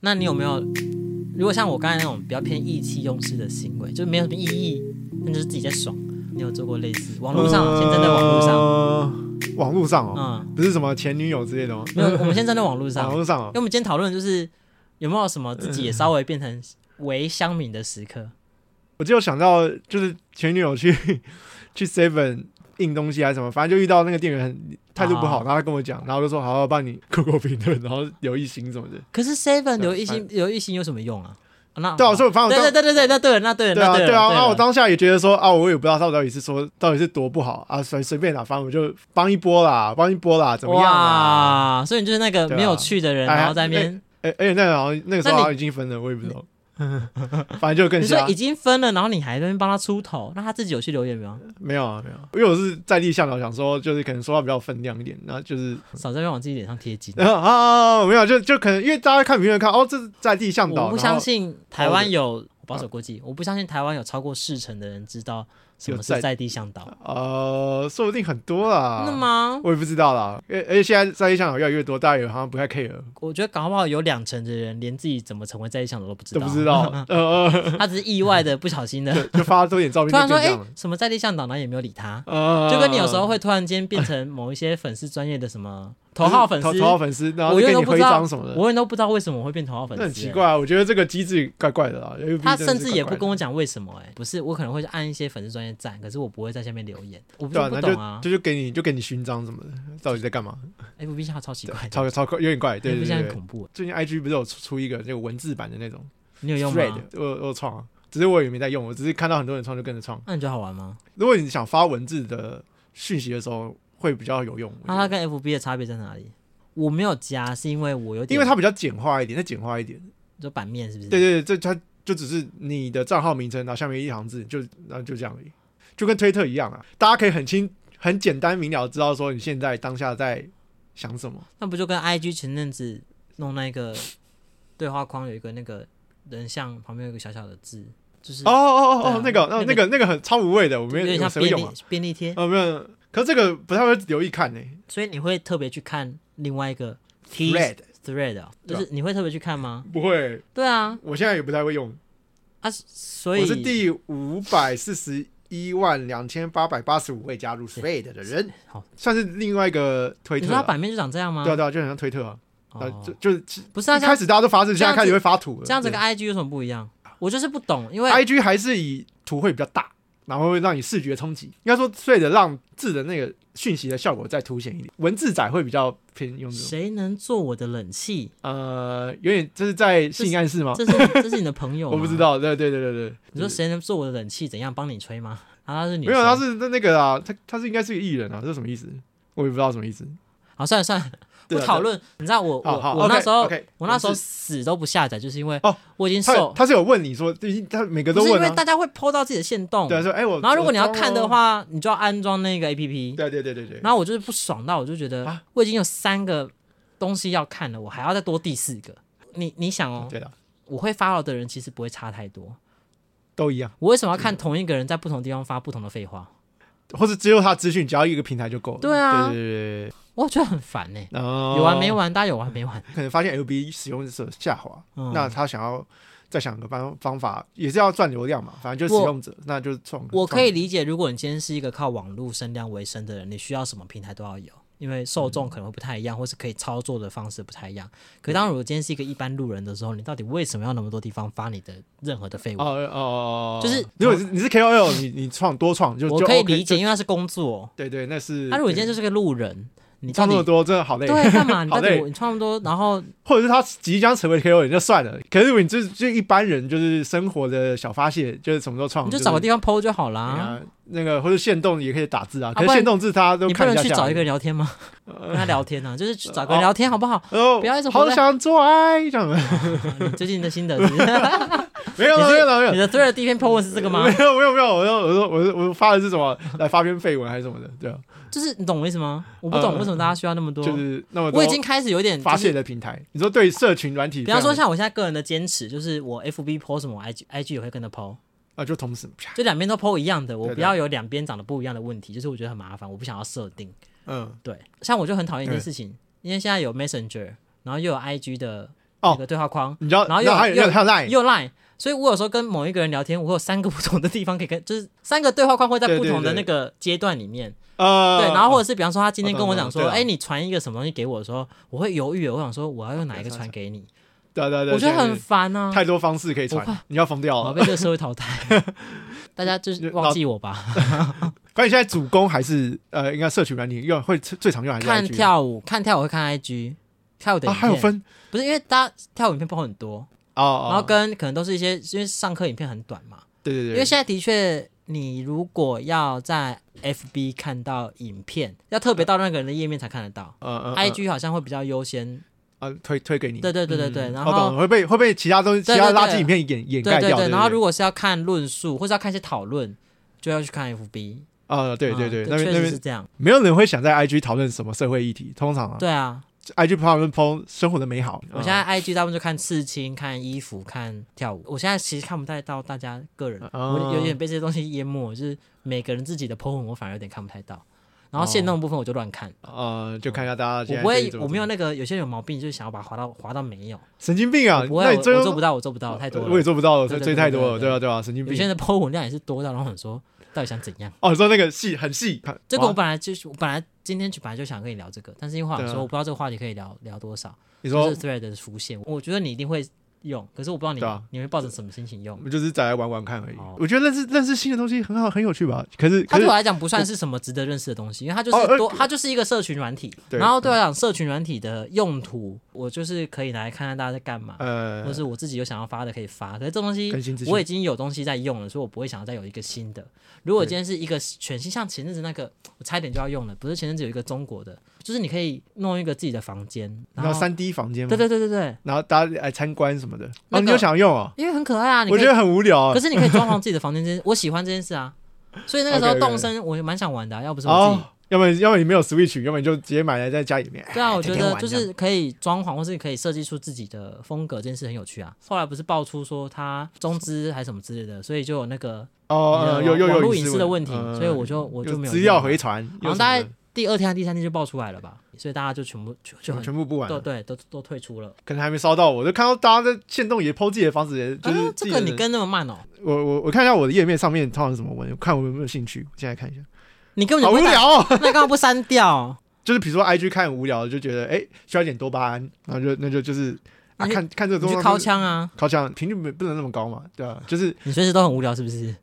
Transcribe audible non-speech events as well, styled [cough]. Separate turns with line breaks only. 那你有没有？如果像我刚才那种比较偏意气用事的行为，就没有什么意义，那就是自己在爽。你有做过类似？网络上，现在在网络
哦
上，
上，呃网络上哦，
嗯，
不是什么前女友之类的吗？ [laughs]
没有，我们现在在网络上
网，络上哦
因为，我们今天讨论的就是有没有什么自己也稍微变成为乡民的时刻。
我就想到就是前女友去 [laughs] 去 Seven 印东西还是什么，反正就遇到那个店员很态度不好，
哦
然后他跟我讲，然后我就说好，我帮你扣扣评论，然后留一星什么的。
可是 Seven 留一星留一星有什么用啊？啊那
啊对啊，所以我反正
对对
我
对
当
对对，那对了，那对了，
对啊
那了，
对啊，然后我
了
当下也觉得说啊，我也不知道他到底是说到底是多不好啊，随随便啦，反正我就帮一波啦，帮一波啦，怎么样啊？
哇，所以你就是那个
对啊
没有趣的人，
哎
然后在那边
哎而且那个好像那个时候
那你
好像已经分了，我也不
[laughs]
知道，反正就更
你说
瞎
已。经分了，然后你还在那边帮他出头，那他自己有去留言没有？
没有啊，没有啊，因为我是在地向导，想说就是可能说话比较有分量一点，那 [laughs] 就是
少在那边往自己脸上贴金。
然后啊，没有，就就可能因为大家看评论看哦，这是在地向导，
我不
然后嗯
相信台湾有保守估计，我不相信台湾有超过四成的人知道什么
有
是
在
在地向导，
呃，说不定很多啦。
真的？吗？
我也不知道啦，而而且现在在地向导越来越多，大家也好像不太 care，
我觉得搞不好有两成的人连自己怎么成为在地向导都不知
都
道，
不知道，
[laughs]
呃，呃
他只是意外的不小心
[laughs]
的，
就发多点照片
[laughs] 突然
就
说
变这
哎、
样了。
什么在地向导，然后也没有理他，
呃
就跟你有时候会突然间变成某一些粉丝专业的什么头号粉丝，
[laughs] 头头号粉丝，然后
我
就
永
给
远都
你
不
徽
知道
章什么的，
我永远都不知道为什么我会变头号粉
那
丝、欸
很奇怪啊。我觉得这个机制怪怪的啊啦，因为
他甚至也不跟
我
我讲为什么、哎，不是，我可能会去按一些粉丝专业赞，可是我不会在下面留言，我不
对啊，
不
那
懂
就
啊
就就给你就给你勋章什么的，到底在干嘛？
，F B 向超奇怪的，
超超有点怪，对
f
对
像很
对对。
恐怖、哎
最近 IG 不是有出出一个那个文字版的那种
你有用
thread，
吗？
我有我有创啊，只是我也没在用，我只是看到很多人创就跟着创。
那你觉得好玩吗？
如果你想发文字的讯息的时候，会比较有用。我
那
觉
啊它
得
跟 F B 的差别在哪里？我没有加，是因为我有点，
因为它比较简化一点，它简化一点。
就版面是不是？
对对对，这它就只是你的账号名称，然后下面一行字，就然后就这样而已，就跟推特一样啊。大家可以很清、很简单明了知道说你现在当下在想什么。
那不就跟 IG 前阵子弄那个对话框有一个那个人像旁边有一个小小的字，就是
哦哦哦
对
哦
啊，
那个、哦那
那
个、那个很超无味的，我没
有点像
有谁会
便
用啊
利？便利贴，
哦，没有。可是这个不太会留意看呢、
所以你会特别去看另外一个 T
Thread
thread，哦
对
就
啊
是你会特别去看吗？
不会，
对啊，
我现在也不太会用。
啊，所
我
以
是第五百四十一万两千八百八十五位加入 Thread 的人，
好，
算是另外一个推
你
特
说它
啊。
版面就长这样吗？
对啊对啊，就很像推特啊，啊
哦
就就是其
不是啊，
一
这样
开始大家都发字，现在开始会发图了。
这样子跟
对
IG 有什么不一样？我就是不懂，因为
IG 还是以图会比较大，然后会让你视觉冲击。应该说 Thread 让字的那个讯息的效果再凸显一点，文字仔会比较偏用这种。
谁能做我的冷气？
呃，有点这是在性暗示吗？
这是这是你的朋友，
啊 [laughs] 我不知。道。对对对对对，
啊你说谁能做我的冷气？怎样帮你吹吗？啊，她是女
没有，
生
他是那那个啊，他他是应该是个艺人啊，这是什么意思？我也不知道什么意思。
好，算了算了，
对
不
啊
讨论。你知道我
好好
我我那时候
OK，OK，
我那时候
文字
死都不下载，就是因为
哦
我已经
他有
瘦，
他是有问你说，对他每个
不
都
是因
问
为
啊，
大家会 PO 到自己的线动，
对啊，
然
说哎我，
后如果你要
我装
看的
哦，
话，你就要安装那个 APP。
对对对对对，
然后我就是不爽到，我就觉得
啊
我已经有三个东西要看了，我还要再多第四个。你你想哦，
对啊的，
我会发了的人其实不会差太多，
都一样，
我为什么要
嗯
看同一个人在不同地方发不同的废话？
或者只有他资讯，只要一个平台就够了。
对啊
对对对
我觉得很烦呢、欸
对，哦
有完啊没？完？大家有完没
[laughs]
完？
可能发现 LB 使用者下滑，
嗯
那他想要再想个方方法，也是要赚流量嘛，反正就是使用者，那就是创。
我可以理解，如果你今天是一个靠网络声量为生的人，你需要什么平台都要有，因为受
嗯
众可能会不太一样，或是可以操作的方式不太一样。可当如果今天是一个一般路人的时候，你到底为什么要那么多地方发你的任何的废
哦
物？
哦哦，哦
就是
如果是你是 KOL，你你创多创就
我
就
可以
OK，
理解，
就
因为他是工作。
对对，那是。
他如果今天就是个路人，你到
创那么
底
多真的好累，
对干嘛？你
好
到底
累
我你创那么多，然后
或者是他即将成为 KOL 就算了，可是如果你就是就一般人，就是生活的小发泄，就是什么时候创，
你就是找个地方 PO 就好
哎
啦。
呀那个或者限动也可以打字啊，
啊
可是限动字他都
你不
看
能
一下
去
下
找
来
一个，人聊
[laughs]
天吗？跟他聊天啊，就是去找个人
哦
聊天好不
[laughs]
好？
然后
不要一直活
好
在
想做爱这样的，
你最近的心得是 [laughs] 不是？
没
[laughs]
有
你
了没
是
有了没有
你。的 thread 第一篇 po 文是这个吗
没？有没有没有，我说我说我说我发的是什么来发篇绯闻还是什么的，对啊，
就是你懂我意思吗？我不懂
嗯
为什么大家需要那么多。
就是那么多
啊我已经开始有点
发
就是
泄的平台。你说对社群软体
比
非常，
方说像我现在个人的坚持，就是我 FB po 什么我，IG IG 也会跟着 po，
啊，就同时啪，
就两边都 po 一样的，我不
对对
要有两边长得不一样的问题，就是我觉得很麻烦，我不想要设定。
嗯，
对，像我就很讨厌一件
对
事情，因为现在有 Messenger，然后又有 IG 的
哦
有个对话框，
你知道，
然后又
那还有
又
还有 Line，
又 Line，所以我有时候跟某一个人聊天，我有三个不同的地方可以跟，就是三个对话框会在
对
不
对
同的
对
那个阶段里面。
呃，
对，然后或者是比方说他今天
哦
跟我
懂
讲
懂
说，
对啊
哎、你传一个什么东西给我的时候，我会犹豫，我想说我要用哪一个
传
传给你，
对对对，
我觉得
现在
很烦啊，
太多方式可以
我
传，你要疯掉
我要
了。
被这个社会淘汰。大家就是
老
忘记我吧，
关于现在主攻还是呃，应该社群软体用会最常用还是
看
IG
跳舞，看跳舞会看 IG，跳舞的
啊，
影
还有
片，
分
不是因为大家跳舞影片包括很多，
哦哦，
然后跟可能都是一些因为上课影片很短嘛，
对对对，
因为现在的确，你如果要在 FB 看到影片，要特别到那个人的页面才看得到。
呃呃
IG 好像会比较优先，
啊推推给你，
对对对对对，
嗯
然
我
后
懂会被会被其他东西其
对对
他
对
垃圾影片掩掩
对
盖
对
掉，
对，
对，
然后如果是要看论述或是要看一些讨论，就要去看 FB。
啊对对对，
嗯
那边
确
那
实是
边
这样。
没有人会想在 IG 讨论什么社会议题，通常啊
对啊，
IG 讨论碰生活的美好，
我现在 IG 大部分就看刺青、看衣服、看跳舞。我现在其实看不太到大家个人，
哦
我有点被这些东西淹没，就是每个人自己的 po 文，我反而有点看不太到。然后
哦
线动部分我就乱看。
呃就看一下大家现
我
在
不
对
会
怎，么
我没有那个有些人有毛病，就是想要把它滑到滑到没有。
神经病啊
我，不会，
那
我
你追呃
我做不到，我做不到，太多
我也
了。
做不到，
对对对
追太
对
多了，
对
对啊对啊，神经
有些
病
人的 po 文量也是多到让我很说，到底想怎样？
哦，你说那个戏很细，看
这个我
哇
本来就是，我本来今天就本来就想跟你聊这个，但是因为话
对啊
说，我不知道这个话题可以聊聊多少。
你
就
说
是 Thread 的出现，我觉得你一定会用，可是我不知道你
对啊
你会抱着什么心情用
我。们就是再来玩玩看而已
哦。
我觉得认识认识新的东西很好，很有趣吧。可是
它
可
对
是
我来讲不算是什么值得认识的东西，因为它就
哦
是
呃
多，它就是一个社群软体。
对嗯
然后对我来讲，社群软体的用途，我就是可以拿来看看大家在干嘛，
呃
或，是我自己有想要发的可以发。可是这东西
更新资讯
我已经有东西在用了，所以我不会想要再有一个新的。如果
对
今天是一个全新，像前阵子那个，我差一点就要用了，不是前阵子有一个中国的，就是你可以弄一个自己的房间，
然后
后
三 D 房间嘛
对，对对对对，
然后大家来参观什么的。
那
哦，
个
你有想用哦？
因为很可爱啊，你
我
可以
觉得很无聊啊
可。是你可以装潢自己的房间，这件我喜欢这件事啊。所以那个时候
[laughs] OK，OK
动身，我也蛮想玩的啊、要不是我自己。
哦，要不然要不然你没有 Switch，要不然你就直接买来在家里面。
对啊，
哎
我觉
天天
得
玩
就
这样
是可以装潢，或是可以设计出自己的风格，这件事很有趣啊。后来不是爆出说他中资还是什么之类的，所以就有那个
哦，
你的
呃有有
网
有
络隐私的问题，
嗯
所以我就我就
有
没有
资料
用啊
回传，
好像
有什么
大
的
概第二天、还是第三天就爆出来了吧，所以大家就全部就就
全
很
全部不玩
都
了，
对都都退出了。
可能还没烧到我，就看到大家在线动也 PO 自己的房子，也就是
啊，这
自己
个
的
你跟那么慢哦，
我我我看一下我的页面上面通常是什么文，看我有没有兴趣。我现在看一下，
你根本
好
就
无
不会打，
聊哦。
那你干嘛不删掉？
[laughs] 就是比如说 IG 看很无聊，就觉得哎、诶需要一点多巴胺，然后就那就就是啊
你去
看看这个
你
东
去
西
敲，枪啊，
靠墙频率不不能那么高嘛，对吧、就是
你随时都很无聊是不是？